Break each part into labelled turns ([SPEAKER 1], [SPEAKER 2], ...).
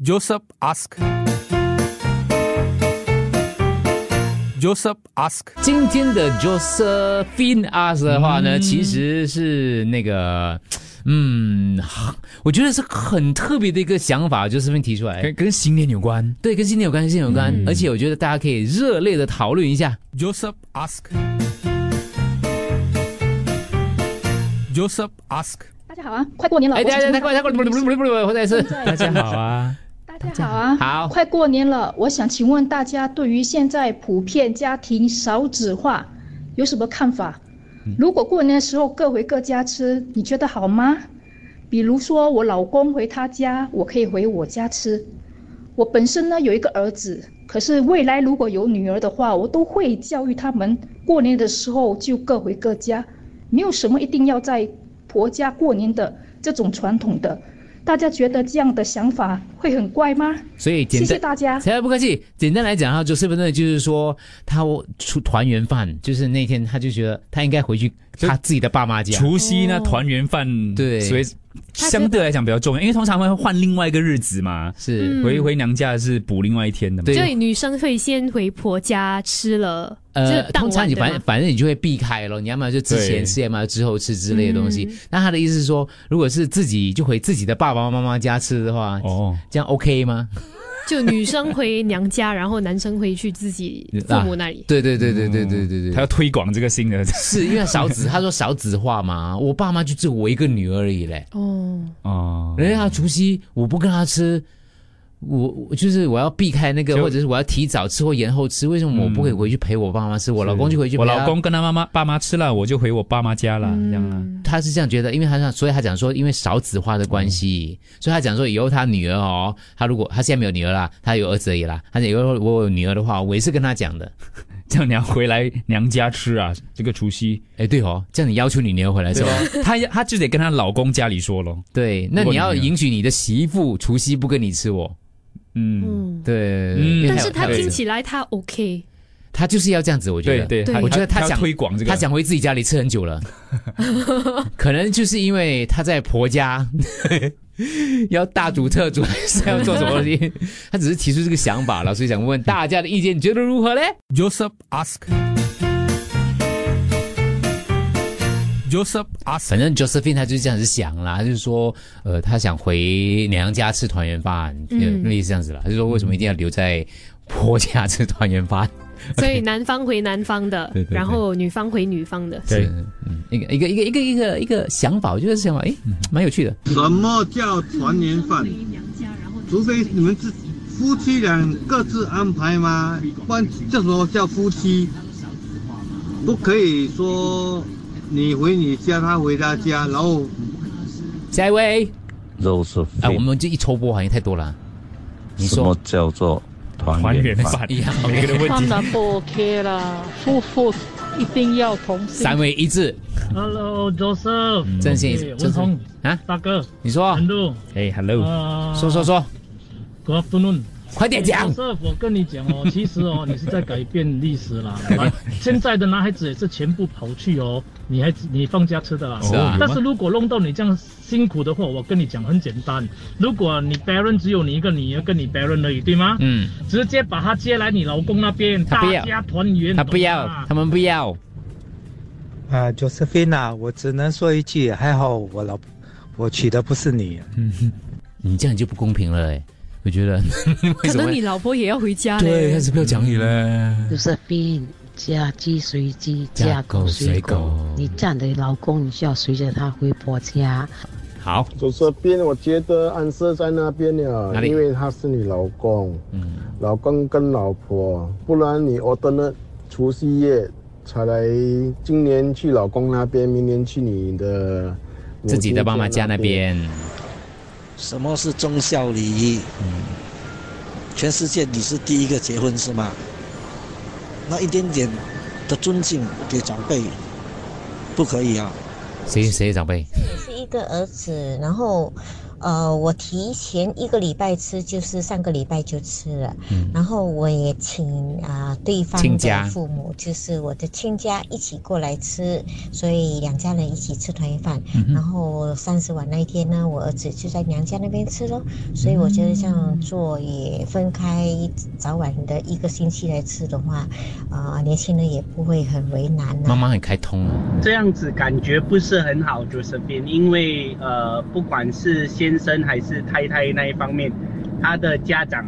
[SPEAKER 1] Joseph ask. Joseph ask.
[SPEAKER 2] 今天的 Josephine Us 的话呢，其实是那个，嗯，我觉得是很特别的一个想法，Josephine 提出来
[SPEAKER 3] 跟，跟新年有关。
[SPEAKER 2] 对，跟新年有关，跟新年有关，而且我觉得大家可以热烈的讨论一下。
[SPEAKER 1] Joseph ask. Joseph ask.
[SPEAKER 4] 大家好啊，快过年了！
[SPEAKER 2] 哎，
[SPEAKER 4] 我
[SPEAKER 2] 大
[SPEAKER 4] 想
[SPEAKER 2] 家，大家，
[SPEAKER 4] 参
[SPEAKER 2] 大家，
[SPEAKER 4] 加
[SPEAKER 2] 不不不不不，我再一次，
[SPEAKER 4] 现
[SPEAKER 3] 大
[SPEAKER 4] 在
[SPEAKER 3] 家好啊，
[SPEAKER 4] 大家好啊！
[SPEAKER 2] 嗯好
[SPEAKER 4] 快过年了，我想请问大家对于现在普遍家庭少子化有什么看法？
[SPEAKER 2] 嗯
[SPEAKER 4] 如果过年的时候各回各家吃，你觉得好吗？比如说我老公回他家，我可以回我家吃。我本身呢有一个儿子，可是未来如果有女儿的话，我都会教育他们，过年的时候就各回各家，没有什么一定要在婆家过年的这种传统的。大家觉得这样的想法会很怪吗？
[SPEAKER 2] 所以简
[SPEAKER 4] 谢
[SPEAKER 2] 单，
[SPEAKER 4] 谢大家。
[SPEAKER 2] 才不客气。简单来讲哈，就是不是就是说，他出团圆饭，就是那天他就觉得他应该回去他自己的爸妈家。
[SPEAKER 3] 除夕呢团圆饭，
[SPEAKER 2] 对
[SPEAKER 3] 所以相对来讲比较重要，因为通常会换另外一个日子嘛，
[SPEAKER 2] 是，
[SPEAKER 5] 嗯
[SPEAKER 3] 回回娘家是补另外一天的嘛。
[SPEAKER 2] 对
[SPEAKER 5] 就女生会先回婆家吃了，就是当
[SPEAKER 2] 呃通常
[SPEAKER 5] 晚
[SPEAKER 2] 你
[SPEAKER 5] 对吗
[SPEAKER 2] 反反正你就会避开咯，你要么就之前
[SPEAKER 3] 对
[SPEAKER 2] 吃，要么之后吃之类的东西。
[SPEAKER 5] 嗯
[SPEAKER 2] 那他的意思是说，如果是自己就回自己的爸爸妈妈家吃的话，
[SPEAKER 3] 哦，
[SPEAKER 2] 这样 OK 吗？
[SPEAKER 5] 就女生回娘家，然后男生回去自己父母那里。
[SPEAKER 2] 对对对对对对对对，
[SPEAKER 3] 他要推广这个新的
[SPEAKER 2] 嗯是因为少子，他说少子化嘛，我爸妈就只有我一个女儿而已嘞。
[SPEAKER 5] 哦，
[SPEAKER 3] 哦，
[SPEAKER 2] 人家除夕我不跟他吃，我我就是我要避开那个，
[SPEAKER 3] 就
[SPEAKER 2] 或者是我要提早吃或延后吃。为什么我不可以回去陪我爸妈吃？我老公就回去陪
[SPEAKER 3] 我
[SPEAKER 2] 他
[SPEAKER 3] 老公跟他妈妈爸妈吃了，我就回我爸妈家了，
[SPEAKER 5] 嗯
[SPEAKER 2] 嗯
[SPEAKER 3] 这样啊。
[SPEAKER 2] 他是这样觉得，因为他想，所以他讲说，因为少子化的关系，所以他讲说，以后他女儿哦，他如果他现在没有女儿啦，他有儿子而已啦，他讲以后我有女儿的话，我也是跟他讲的。
[SPEAKER 3] 这样你要回来娘家吃啊，这个除夕，
[SPEAKER 2] 哎，对哦，这样你要求你女儿回来是
[SPEAKER 3] 对
[SPEAKER 2] 吧
[SPEAKER 3] 吧？？她她就得跟她老公家里说咯。
[SPEAKER 2] 对，那
[SPEAKER 3] 如果你
[SPEAKER 2] 你要
[SPEAKER 3] 女儿
[SPEAKER 2] 允许你的媳妇除夕不跟你吃哦。
[SPEAKER 3] 嗯，
[SPEAKER 5] 嗯，
[SPEAKER 2] 对，
[SPEAKER 3] 嗯
[SPEAKER 2] 因为
[SPEAKER 5] 但
[SPEAKER 2] 有
[SPEAKER 5] 是他
[SPEAKER 2] 有儿子
[SPEAKER 5] 听起来他 OK，
[SPEAKER 2] 他就是要这样子，我觉
[SPEAKER 3] 对
[SPEAKER 2] 得。
[SPEAKER 3] 对，
[SPEAKER 5] 对
[SPEAKER 3] 她
[SPEAKER 2] 我觉得她
[SPEAKER 3] 她要
[SPEAKER 2] 想
[SPEAKER 3] 推广这个，
[SPEAKER 2] 他想回自己家里吃很久 了，可能就是因为他在婆家 要大煮特煮，还是要做什么东西？他只是提出这个想法了，所以想问问大家的意见，你觉得如何嘞？
[SPEAKER 1] Joseph ask. Joseph ask.
[SPEAKER 2] 啊反正 Josephine 她就是这样子想啦，她就是说，呃，她想回娘家吃团圆饭，
[SPEAKER 5] 嗯
[SPEAKER 2] 类似这样子啦。她就说为什么一定要留在婆家吃团圆饭？
[SPEAKER 5] 所以男方回男方的
[SPEAKER 2] 对对，对
[SPEAKER 5] 然后女方回女方的。
[SPEAKER 3] 对
[SPEAKER 2] 是，嗯， 一个一个一个一个一个一个想法，我觉得这想法，哎，蛮有趣的。
[SPEAKER 6] 什么叫团年饭？除非你们自夫妻俩各自安排吗？不然这时候叫夫妻，不可以说你回你家，他回他家，然后
[SPEAKER 2] 下一位，
[SPEAKER 7] 肉是
[SPEAKER 2] 哎、我们就一抽波好像太多了，啊你
[SPEAKER 7] 什
[SPEAKER 2] 说
[SPEAKER 7] 么叫做团
[SPEAKER 3] 还
[SPEAKER 7] 圆
[SPEAKER 3] 原
[SPEAKER 7] 饭？
[SPEAKER 3] 饭
[SPEAKER 2] 一样，
[SPEAKER 3] 每个人问
[SPEAKER 8] 当
[SPEAKER 3] 题。
[SPEAKER 8] 然不 OK 啦，夫妇一定要同性。
[SPEAKER 2] 三位一致，
[SPEAKER 9] Hello，Joseph，
[SPEAKER 2] 郑先生，郑
[SPEAKER 9] 哎文聪
[SPEAKER 2] 啊，
[SPEAKER 9] 大哥
[SPEAKER 2] 你说，
[SPEAKER 9] ，Hello，
[SPEAKER 3] 哎，hello，
[SPEAKER 9] 呃，
[SPEAKER 2] 说说说，
[SPEAKER 9] ，Good afternoon。
[SPEAKER 2] 快点讲，
[SPEAKER 9] Joseph，我跟你 讲哦，其实哦，你是在改变历史啦。来现在的男孩子也是全部跑去哦，你还你放假吃的啦。
[SPEAKER 2] 是啊
[SPEAKER 9] 但是如果弄到你这样辛苦的话，我跟你讲很简单，如果你 parent 只有你一个女儿跟你 parent 而已，对吗？
[SPEAKER 2] 嗯，
[SPEAKER 9] 直接把她接来你老公那边，
[SPEAKER 2] 他不
[SPEAKER 9] 大
[SPEAKER 2] 要
[SPEAKER 9] 家团圆。
[SPEAKER 2] 他不要
[SPEAKER 9] 懂吗，
[SPEAKER 2] 他们不要，
[SPEAKER 10] 啊，Josephine 啊，我只能说一句，还好我老我娶的不是你。
[SPEAKER 2] 你这样就不公平了，哎，我觉得，为
[SPEAKER 5] 可
[SPEAKER 2] 什么
[SPEAKER 5] 能
[SPEAKER 2] 会？
[SPEAKER 5] 你老婆也要回家
[SPEAKER 2] 对，
[SPEAKER 5] 嘞
[SPEAKER 2] 哎开。始不要讲你了，
[SPEAKER 11] Josephine，嫁鸡随鸡，
[SPEAKER 2] 嫁
[SPEAKER 11] 嫁
[SPEAKER 2] 狗
[SPEAKER 11] 狗
[SPEAKER 2] 随
[SPEAKER 11] 随狗
[SPEAKER 2] 狗。
[SPEAKER 11] 你嫁你老公，你就要随着他回婆家。
[SPEAKER 2] 好，
[SPEAKER 12] 左手边我觉得暗色在那边了
[SPEAKER 2] 哪，里嗯
[SPEAKER 12] 因为他是你老公，老公跟老婆，不然你 o l 了除夕夜才来，今年去老公那边，明年去你的
[SPEAKER 2] 自己的爸妈家那
[SPEAKER 12] 边。
[SPEAKER 2] 边，
[SPEAKER 10] 什么是忠孝礼义？全世界你是第一个结婚是吗？那一点点的尊敬给长辈，不可以啊。
[SPEAKER 2] 谁谁长辈，
[SPEAKER 11] 是一个儿子，然后
[SPEAKER 13] 呃，我提前一个礼拜吃，就是上个礼拜就吃了。然后我也请啊、对方
[SPEAKER 2] 嗯亲
[SPEAKER 13] 的
[SPEAKER 2] 家
[SPEAKER 13] 父母，就是我的亲家一起过来吃，所以两家人一起吃团圆饭。
[SPEAKER 14] 嗯哼
[SPEAKER 13] 然后三十晚那一天呢，我儿子就在娘家那边吃咯，所以我觉得这样做也分开早晚的一个星期来吃的话，啊、年轻人也不会很为难呐、
[SPEAKER 2] 妈妈很开通啊，
[SPEAKER 15] 这样子感觉不是很好，Josephine，因为呃，不管是先生还是太太那一方面，他的家长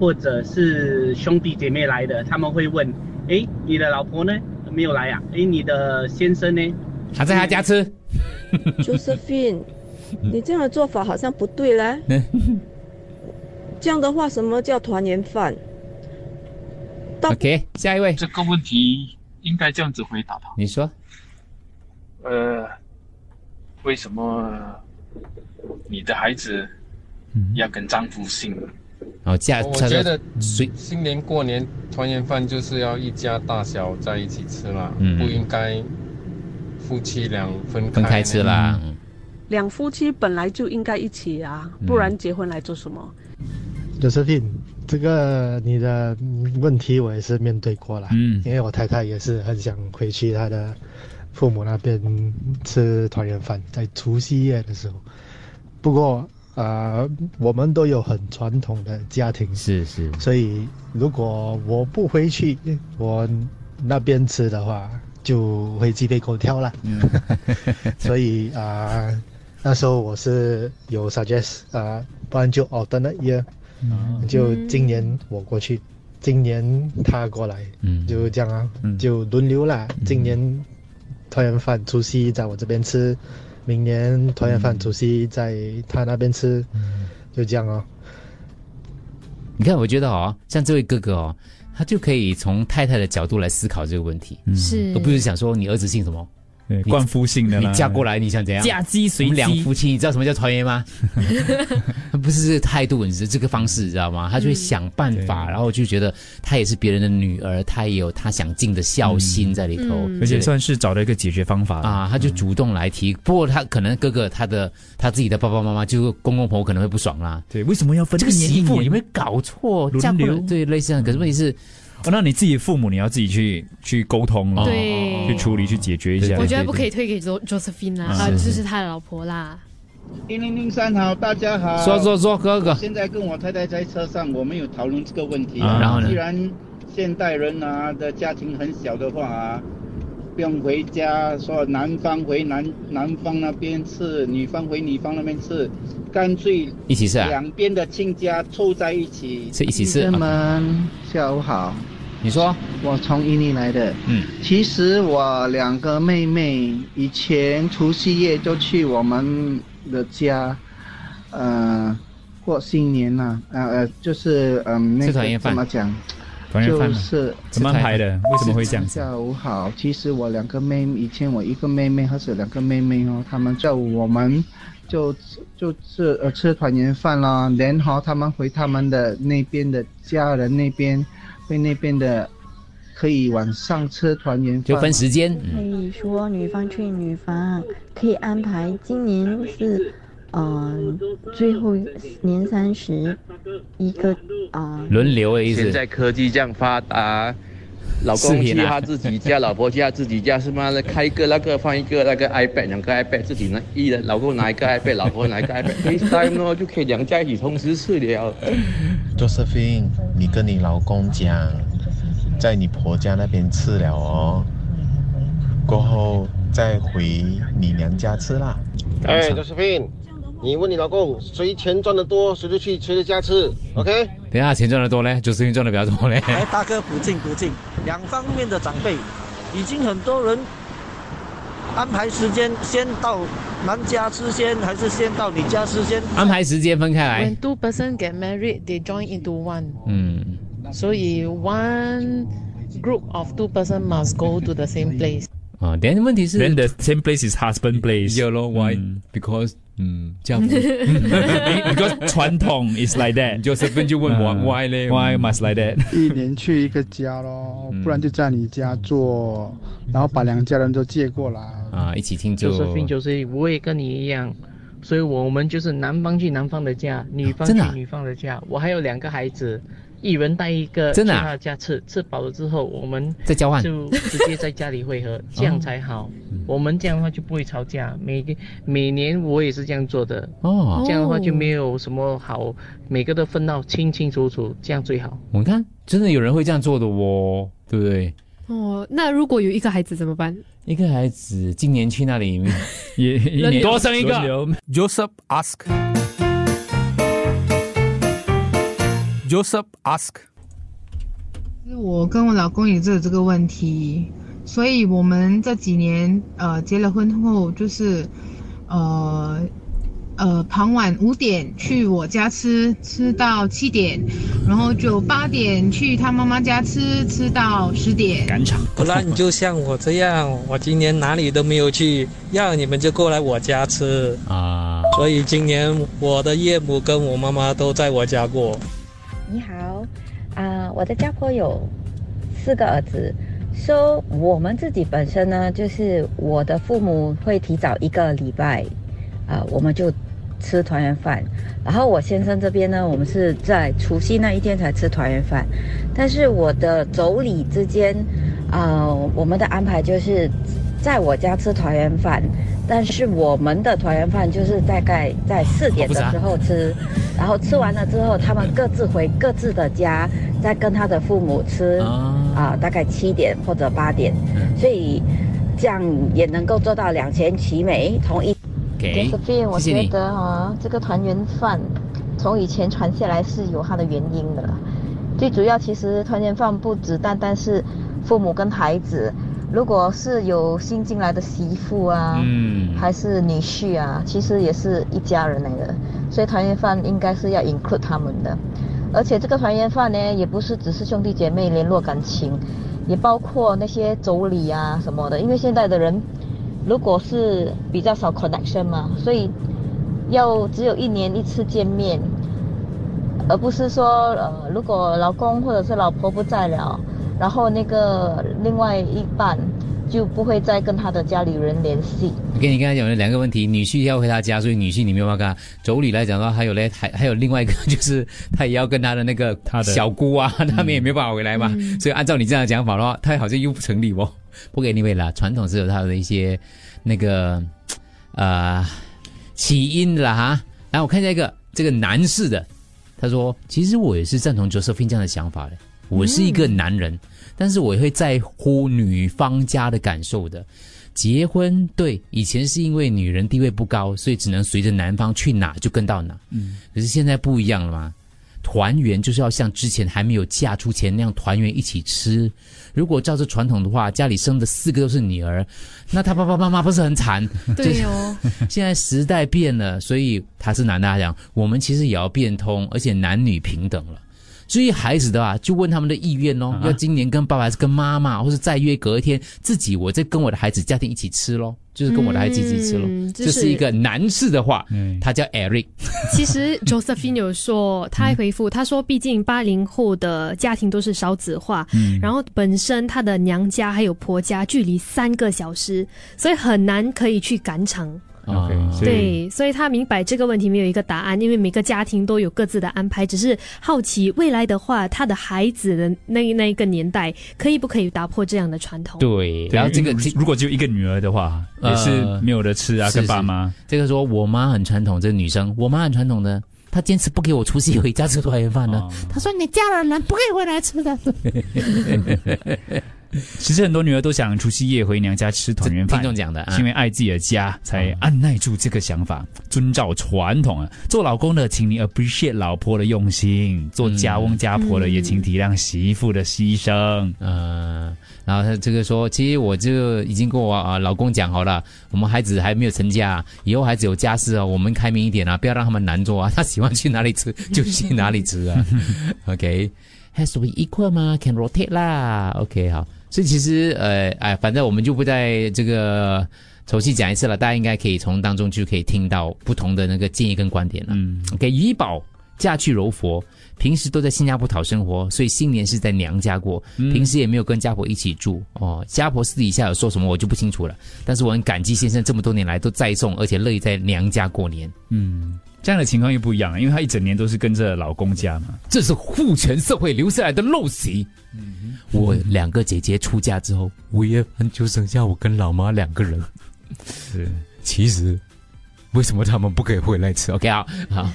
[SPEAKER 15] 或者是兄弟姐妹来的，他们会问，诶，你的老婆呢？没有来啊？诶，你的先生呢？
[SPEAKER 2] 还在他家吃。
[SPEAKER 16] Josephine，你这样的做法好像不对嘞。这样的话，什么叫团圆饭？
[SPEAKER 2] OK，下一位。
[SPEAKER 17] 这个问题应该这样子回答他。
[SPEAKER 2] 你说
[SPEAKER 17] 呃，为什么你的孩子要跟丈夫姓？
[SPEAKER 2] 嗯哦，嫁
[SPEAKER 18] 我
[SPEAKER 2] 嫁
[SPEAKER 18] 觉得
[SPEAKER 2] 谁？
[SPEAKER 18] 新年过年团圆饭就是要一家大小在一起吃啦，
[SPEAKER 2] 嗯
[SPEAKER 18] 不应该夫妻俩分
[SPEAKER 2] 分开吃啦。
[SPEAKER 18] 嗯
[SPEAKER 19] 两夫妻本来就应该一起啊，不然结婚来做什么？
[SPEAKER 20] Josephine，这个你的嗯问题我也是面对过了，
[SPEAKER 3] 嗯
[SPEAKER 20] 因为我太太也是很想回去她的父母那边吃团圆饭，在除夕夜的时候。不过呃，我们都有很传统的家庭，
[SPEAKER 2] 是是，
[SPEAKER 20] 所以如果我不回去我那边吃的话，就会鸡飞狗跳了。所以啊、呃那时候我是有 suggest 啊、呃不然就 alternate year，、就今年我过去，今年他过来，
[SPEAKER 2] 嗯
[SPEAKER 20] 就这样啊，就轮流啦。今年团圆饭除夕在我这边吃，明年团圆饭除夕在他那边吃，就这样哦。
[SPEAKER 2] 你看，我觉得哦，像这位哥哥哦，他就可以从太太的角度来思考这个问题，
[SPEAKER 5] 是
[SPEAKER 2] 而不是想说你儿子姓什么。
[SPEAKER 3] 对
[SPEAKER 2] 你
[SPEAKER 3] 冠夫姓的啦嗯
[SPEAKER 2] 你嫁过来你想怎样？
[SPEAKER 3] 嫁鸡随鸡
[SPEAKER 2] 我们两夫妻，你知道什么叫团圆 吗？不是这个态度，你是这个方式，你知道吗？他就会想办法，然后就觉得她也是别人的女儿，她也有她想尽的孝心在里头，
[SPEAKER 3] 而且
[SPEAKER 2] 对
[SPEAKER 3] 算是找到一个解决方法了。
[SPEAKER 2] 啊，他就主动来提。不过他可能哥哥他的他自己的爸爸妈妈，就是公公婆婆可能会不爽啦。
[SPEAKER 3] 对，为什么要分
[SPEAKER 2] 这个
[SPEAKER 3] 一年一
[SPEAKER 2] 媳妇
[SPEAKER 3] 年
[SPEAKER 2] 有没有搞错？
[SPEAKER 3] 轮
[SPEAKER 2] 嫁哦过来
[SPEAKER 3] 流
[SPEAKER 2] 对类似这样，可是问题是。
[SPEAKER 3] 哦，那你自己父母你要自己去去沟通了，
[SPEAKER 5] 对
[SPEAKER 2] 哦
[SPEAKER 3] 去处理去解决一下。
[SPEAKER 5] 我觉得不可以推给 Jo Josephine 啦，
[SPEAKER 3] 是
[SPEAKER 5] 啊，就是他的老婆啦。
[SPEAKER 21] 一零零三好，大家
[SPEAKER 22] 呃
[SPEAKER 21] 好。
[SPEAKER 2] 说说说哥哥
[SPEAKER 21] 我 现在跟我太太在车上，我们有讨论这个问题啊。
[SPEAKER 2] 啊然后呢
[SPEAKER 21] 既然现代人啊的家庭很小的话啊，不用回家，说男方回男男方那边吃，女方回女方那边吃，干脆
[SPEAKER 2] 一起吃啊
[SPEAKER 21] 两边的亲家凑在一起，
[SPEAKER 2] 是一起吃啊
[SPEAKER 22] 医生们，下午好。
[SPEAKER 2] 你说，
[SPEAKER 22] 我从印尼来的。
[SPEAKER 2] 嗯，
[SPEAKER 22] 其实我两个妹妹以前除夕夜就去我们的家，呃，过新年呐、呃呃，就是嗯、那
[SPEAKER 3] 吃
[SPEAKER 22] 个
[SPEAKER 3] 团圆饭
[SPEAKER 22] 怎么讲？
[SPEAKER 3] 团圆饭嘛
[SPEAKER 22] 就是
[SPEAKER 3] 怎么安排的为什么会这样子
[SPEAKER 22] 下午好，其实我两个妹，以前我一个妹妹或者两个妹妹哦，她们叫我们就就吃呃吃团圆饭啦，然后他们回他们的那边的家人那边，回那边的可以晚上吃团圆饭，
[SPEAKER 2] 就分时间。
[SPEAKER 23] 可以说女方去女方可以安排今年是，嗯、最后年三十一个啊、
[SPEAKER 2] 轮流的意思
[SPEAKER 24] 现在科技这样发达，老
[SPEAKER 2] 视
[SPEAKER 24] 公去
[SPEAKER 2] 频啊
[SPEAKER 24] 他自己家，老婆去他自己家，是吗？开一个那个放一个那个 iPad，两个 iPad 自己拿，一人老公拿一个 iPad，老婆拿一个 iPad，FaceTime 咯，就可以两家一起同时吃了。
[SPEAKER 25] Josephine，你跟你老公讲，在你婆家那边吃了哦，过后再回你娘家吃啦。
[SPEAKER 26] 哎，周 i n 你问你老公谁钱赚的多，谁就去谁的家吃，OK？
[SPEAKER 2] 等一下钱赚的多嘞，就是因为赚的比较 多嘞。
[SPEAKER 10] 哎，大哥不敬不敬，两方面的长辈，已经很多人安排时间，先到男家吃先，还是先到你家吃先？
[SPEAKER 2] 安排时间分开来
[SPEAKER 27] When，two person get married, they join into one.
[SPEAKER 2] 嗯，
[SPEAKER 27] 所以 one group of two person must go to the same place.
[SPEAKER 2] 啊，等一下问题是
[SPEAKER 3] Then the same place is husband place.
[SPEAKER 2] You know why? Because 嗯，这样
[SPEAKER 3] Because 传统 is like that. 啊
[SPEAKER 2] Josephine 就问我 why 嘞
[SPEAKER 3] Why must like that？
[SPEAKER 28] 一年去一个家咯，
[SPEAKER 1] 嗯
[SPEAKER 28] 不然就在你家做，然后把两家人都借过来。
[SPEAKER 2] 啊，一起听
[SPEAKER 27] 就
[SPEAKER 2] 就是。
[SPEAKER 27] Josephine，我也跟你一样，
[SPEAKER 1] 所以我们就是男方去男方的家，女方
[SPEAKER 2] 真
[SPEAKER 1] 去
[SPEAKER 2] 的啊
[SPEAKER 1] 女方的家。我还有两个孩子，一人带一个去
[SPEAKER 2] 真的啊
[SPEAKER 1] 他的家吃，吃饱了之后我们
[SPEAKER 2] 再交换
[SPEAKER 1] 就直接在家里会合，这样才好。
[SPEAKER 2] 嗯
[SPEAKER 1] 我们这样的话就不会吵架。每个每年我也是这样做的
[SPEAKER 2] 哦
[SPEAKER 1] 这样的话就没有什么好，每个都分到清清楚楚，这样最好。
[SPEAKER 2] 我看真的有人会这样做的哦，对不对？
[SPEAKER 5] 哦，那如果有一个孩子怎么办？
[SPEAKER 2] 一个孩子今年去那里也一
[SPEAKER 5] 轮
[SPEAKER 2] 年
[SPEAKER 5] 流
[SPEAKER 2] 轮流
[SPEAKER 4] Joseph ask. Joseph ask.
[SPEAKER 6] 我跟我老公也是有这个问题，所以我们这几年呃结了婚后，就是呃呃傍晚五点去我家吃，吃到七点，然后就八点去他妈妈家吃，吃到十点。
[SPEAKER 7] 赶场。不然你就像我这样，我今年哪里都没有去，要你们就过来我家吃
[SPEAKER 2] 啊。
[SPEAKER 7] 所以今年我的岳母跟我妈妈都在我家过。
[SPEAKER 8] 你好，啊、我的家婆有四个儿子。说、我们自己本身呢，就是我的父母会提早一个礼拜，啊、我们就吃团圆饭。然后我先生这边呢，我们是在除夕那一天才吃团圆饭。但是我的妯娌之间，啊、我们的安排就是在我家吃团圆饭，但是我们的团圆饭就是大概在四点的时候吃，然后吃完了之后，他们各自回各自的家，再跟他的父母吃，啊、大概七点或者八点，所以这样也能够做到两全其美，同一。
[SPEAKER 2] 给
[SPEAKER 8] Josephine，，我
[SPEAKER 2] 谢谢
[SPEAKER 8] 觉
[SPEAKER 2] 你。
[SPEAKER 8] 得啊，这个团圆饭从以前传下来是有它的原因的啦。最主要其实团圆饭不只单单是父母跟孩子，如果是有新进来的媳妇啊，
[SPEAKER 9] 嗯
[SPEAKER 8] 还是女婿啊，其实也是一家人来的。所以团圆饭应该是要 include 他们的。而且这个团圆饭呢，也不是只是兄弟姐妹联络感情，也包括那些妯娌啊什么的。因为现在的人如果是比较少 connection 嘛，所以要只有一年一次见面，而不是说呃，如果老公或者是老婆不在了，然后那个另外一半就不会再跟他的家里人联系。
[SPEAKER 2] 我跟你刚才讲的两个问题，女婿要回他家，所以女婿你没有办法跟他。妯娌来讲的话，还有嘞，还还有另外一个 就是，他也要跟他的那个
[SPEAKER 3] 的
[SPEAKER 2] 小姑啊，他们也没办法回来嘛。
[SPEAKER 3] 嗯
[SPEAKER 2] 所以按照你这样的讲法的话，他好像又不成立哦。不给你们啦，传统是有他的一些那个呃起因的啦哈。然后我看下一个这个男士的，他说：“其实我也是赞同 Josephine 这样的想法的，我是一个男人，但是我也会在乎女方家的感受的。结婚对以前是因为女人地位不高，所以只能随着男方去哪就跟到哪。
[SPEAKER 3] 嗯，
[SPEAKER 2] 可是现在不一样了嘛，团圆就是要像之前还没有嫁出前那样团圆一起吃。如果照着传统的话，家里生的四个都是女儿，那他爸爸妈妈不是很惨？
[SPEAKER 5] 对哦，
[SPEAKER 2] 现在时代变了，所以他是男的，他讲我们其实也要变通，而且男女平等了。至于孩子的话，就问他们的意愿咯。要今年跟爸爸还是跟妈妈，或是再约隔一天自己，我再跟我的孩子家庭一起吃咯， 就是跟我的孩子一起吃咯。
[SPEAKER 5] 嗯
[SPEAKER 2] 这
[SPEAKER 5] 就是
[SPEAKER 2] 是一个男士的话，
[SPEAKER 3] 哎
[SPEAKER 2] 他叫 Eric。
[SPEAKER 5] 其实 Josephine 有说，他还回复他说，毕竟八零后的家庭都是少子化，
[SPEAKER 12] 嗯
[SPEAKER 5] 然后本身她的娘家还有婆家距离三个小时，所以很难可以去赶场。
[SPEAKER 2] 嗯 OK，
[SPEAKER 3] 所以
[SPEAKER 5] 对，所以他明白这个问题没有一个答案，因为每个家庭都有各自的安排，只是好奇未来的话，他的孩子的那那一个年代，可以不可以打破这样的传统？
[SPEAKER 2] 对，然后这个
[SPEAKER 3] 如如果只有一个女儿的话，也是没有的吃啊，
[SPEAKER 2] 是
[SPEAKER 3] 跟爸妈
[SPEAKER 2] 是。这个说我妈很传统，这个女生我妈很传统的，她坚持不给我除夕回家吃团圆饭呢。他说：“你家人人不可以回来吃的。
[SPEAKER 3] 其实很多女儿都想除夕夜回娘家吃团圆饭，
[SPEAKER 2] 这听众讲的啊
[SPEAKER 3] 是因为爱自己的家，才按耐住这个想法，遵照传统啊。做老公的，请你 appreciate 老婆的用心；做家翁家婆的，
[SPEAKER 2] 嗯
[SPEAKER 3] 也请体谅媳妇的牺牲。
[SPEAKER 2] 呃，然后他这个说，其实我就已经跟我啊老公讲好了，我们孩子还没有成家，以后孩子有家室啊，我们开明一点啊，不要让他们难做啊。他喜欢去哪里吃就去哪里吃啊。OK。Has to be equal 吗？Can rotate 啦。OK，好。所以其实呃，哎，反正我们就不在这个重新讲一次了，大家应该可以从当中就可以听到不同的那个建议跟观点了。嗯，OK，怡宝嫁去柔佛，平时都在新加坡讨生活，所以新年是在娘家过，
[SPEAKER 3] 嗯
[SPEAKER 2] 平时也没有跟家婆一起住哦。家婆私底下有说什么我就不清楚了，但是我很感激先生这么多年来都在送，而且乐意在娘家过年，
[SPEAKER 3] 嗯，这样的情况又不一样，因为她一整年都是跟着老公家嘛。
[SPEAKER 2] 这是父权社会留下来的陋习。我两个姐姐出嫁之后，唯一就剩下我跟老妈两个人。
[SPEAKER 3] 是，
[SPEAKER 2] 其实为什么他们不可以回来吃？OK 啊，好，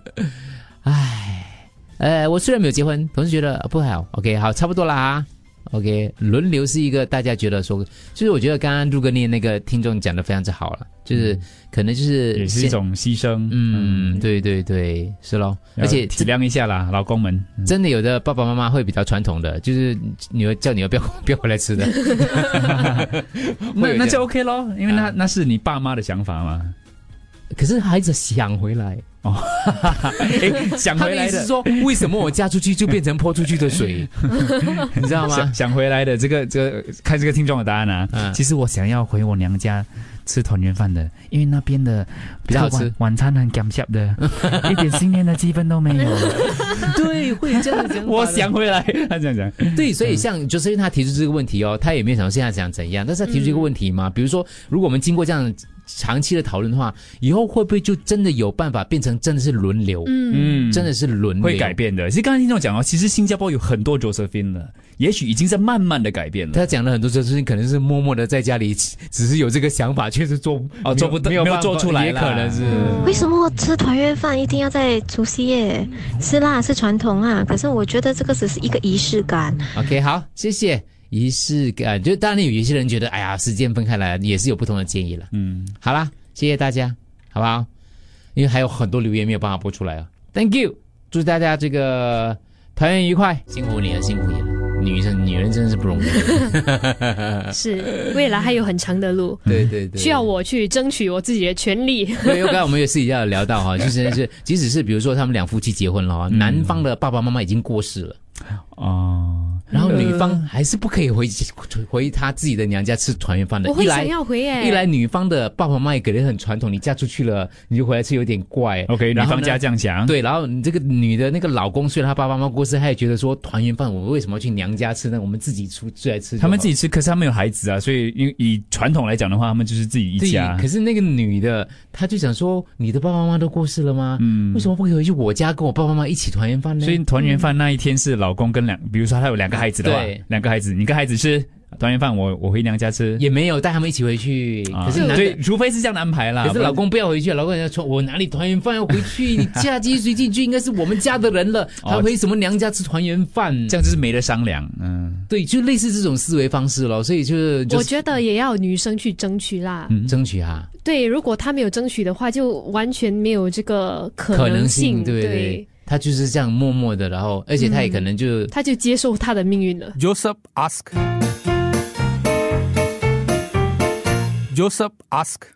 [SPEAKER 2] 唉，呃，我虽然没有结婚，总是觉得不好。OK，好，差不多啦啊。OK，轮流是一个大家觉得说，就是我觉得刚刚陆哥念那个听众讲的非常之好了，就是可能嗯就是
[SPEAKER 3] 也是一
[SPEAKER 2] 先
[SPEAKER 3] 种牺牲。
[SPEAKER 2] 嗯，对对对，是咯，
[SPEAKER 3] 要
[SPEAKER 2] 而且
[SPEAKER 3] 体谅一下啦，老公们。
[SPEAKER 2] 真的有的爸爸妈妈会比较传统的，就是女儿叫女儿不要不要回来吃的，
[SPEAKER 3] 那那就
[SPEAKER 2] OK 咯，
[SPEAKER 3] 因为那、那是你爸妈的想法 嘛。
[SPEAKER 2] 可是孩子想回来
[SPEAKER 3] 哦，诶想回
[SPEAKER 2] 他的
[SPEAKER 3] 来
[SPEAKER 2] 意思
[SPEAKER 3] 的
[SPEAKER 2] 是说，为什么我嫁出去就变成泼出去的 水？你知道吗
[SPEAKER 3] 想？想回来的这个这个，看这个听众的答案啊。其实我想要回我娘家吃团圆饭的，因为那边的
[SPEAKER 2] 比较好吃
[SPEAKER 3] 晚晚餐很感谢 的，一点新年的气氛都没有。
[SPEAKER 2] 对，会这样 讲。
[SPEAKER 3] 我想回来，他这样讲。
[SPEAKER 2] 对，所以像就是因为他提出这个问题哦，他也没有想到现在想怎样，但是他提出这个问题嘛，比如说，如果我们经过这样长期的讨论的话，以后会不会就真的有办法变成真的是轮流？
[SPEAKER 3] 嗯
[SPEAKER 2] 真的是轮流
[SPEAKER 3] 会改。变的。其实刚才听众讲哦，其实新加坡有很多 Josephine 了，也许已经在慢慢的改变了。
[SPEAKER 2] 他讲了很多这事情，可能是默默的在家里，只是有这个想法，确实做
[SPEAKER 3] 哦做不到
[SPEAKER 2] 没有
[SPEAKER 3] 没有
[SPEAKER 2] 办法
[SPEAKER 3] 做出来
[SPEAKER 2] 也
[SPEAKER 3] 啦
[SPEAKER 2] 可能是。
[SPEAKER 9] 为什么吃团圆饭一定要在除夕夜？吃辣是传统啊，可是我觉得这个只是一个仪式感。
[SPEAKER 2] OK，好，谢谢。仪式感，就当然有一些人觉得，哎呀，时间分开来也是有不同的建议了。
[SPEAKER 3] 嗯，
[SPEAKER 2] 好啦，谢谢大家，好不好？因为还有很多留言没有办法播出来啊。Thank you，祝大家这个团圆愉快，辛苦你了，辛苦你了，女生女人真的是不容易。
[SPEAKER 5] 是未来还有很长的路，
[SPEAKER 2] 对对对，
[SPEAKER 5] 需要我去争取我自己的权利。
[SPEAKER 2] 对，又刚才我们也私底下有聊 到哈，就是是，即使是比如说他们两夫妻结婚了哈，男方的爸爸妈妈已经过世了，
[SPEAKER 3] 哦，
[SPEAKER 2] 然后女方还是不可以回回她自己的娘家吃团圆饭的，
[SPEAKER 5] 我 会
[SPEAKER 2] 一来
[SPEAKER 5] 想要回耶
[SPEAKER 2] 一来女方的爸爸妈妈也给人很传统，你嫁出去了你就回来吃有点怪。
[SPEAKER 3] OK，
[SPEAKER 2] 然后
[SPEAKER 3] 女方
[SPEAKER 2] 呢
[SPEAKER 3] 家这样想
[SPEAKER 2] 对，然后你这个女的那个老公虽然她爸爸妈妈过世，她也觉得说团圆饭我为什么要去娘家吃呢？我们自己出出来吃就好，
[SPEAKER 3] 他们自己吃，可是他们有孩子啊，所以因为以传统来讲的话，他们就是自己一
[SPEAKER 2] 对，
[SPEAKER 3] 家。
[SPEAKER 2] 可是那个女的，她就想说，你的爸爸妈妈都过世了吗？嗯，为什么不可以回去我家跟我爸爸妈妈一起团圆饭呢？
[SPEAKER 3] 所以团圆饭那一天是老公跟两，比如说他有两个孩子的话
[SPEAKER 2] 嗯对，
[SPEAKER 3] 两个孩子，你跟孩子吃团圆饭，我我回娘家吃，
[SPEAKER 2] 也没有带他们一起回去。
[SPEAKER 3] 啊
[SPEAKER 2] 可是男的
[SPEAKER 3] 对，除非是这样的安排啦。
[SPEAKER 2] 可是老公不要回去，老公人家说，我哪里团圆饭要回去？你嫁鸡随鸡，你就应该是我们家的人了，
[SPEAKER 3] 哦
[SPEAKER 2] 还回什么娘家吃团圆饭？
[SPEAKER 3] 这样就是没得商量，嗯，
[SPEAKER 2] 对，就类似这种思维方式咯。所以就是，就是
[SPEAKER 5] 我觉得也要女生去争取啦。
[SPEAKER 2] 争取啊，
[SPEAKER 5] 对，如果她没有争取的话，就完全没有这个可
[SPEAKER 2] 可
[SPEAKER 5] 能
[SPEAKER 2] 能
[SPEAKER 5] 性。嗯
[SPEAKER 2] 性，对对，他就是这样默默的，然后而且他也可能就
[SPEAKER 5] 她就接受她的命运了。
[SPEAKER 4] Joseph ask. Joseph ask.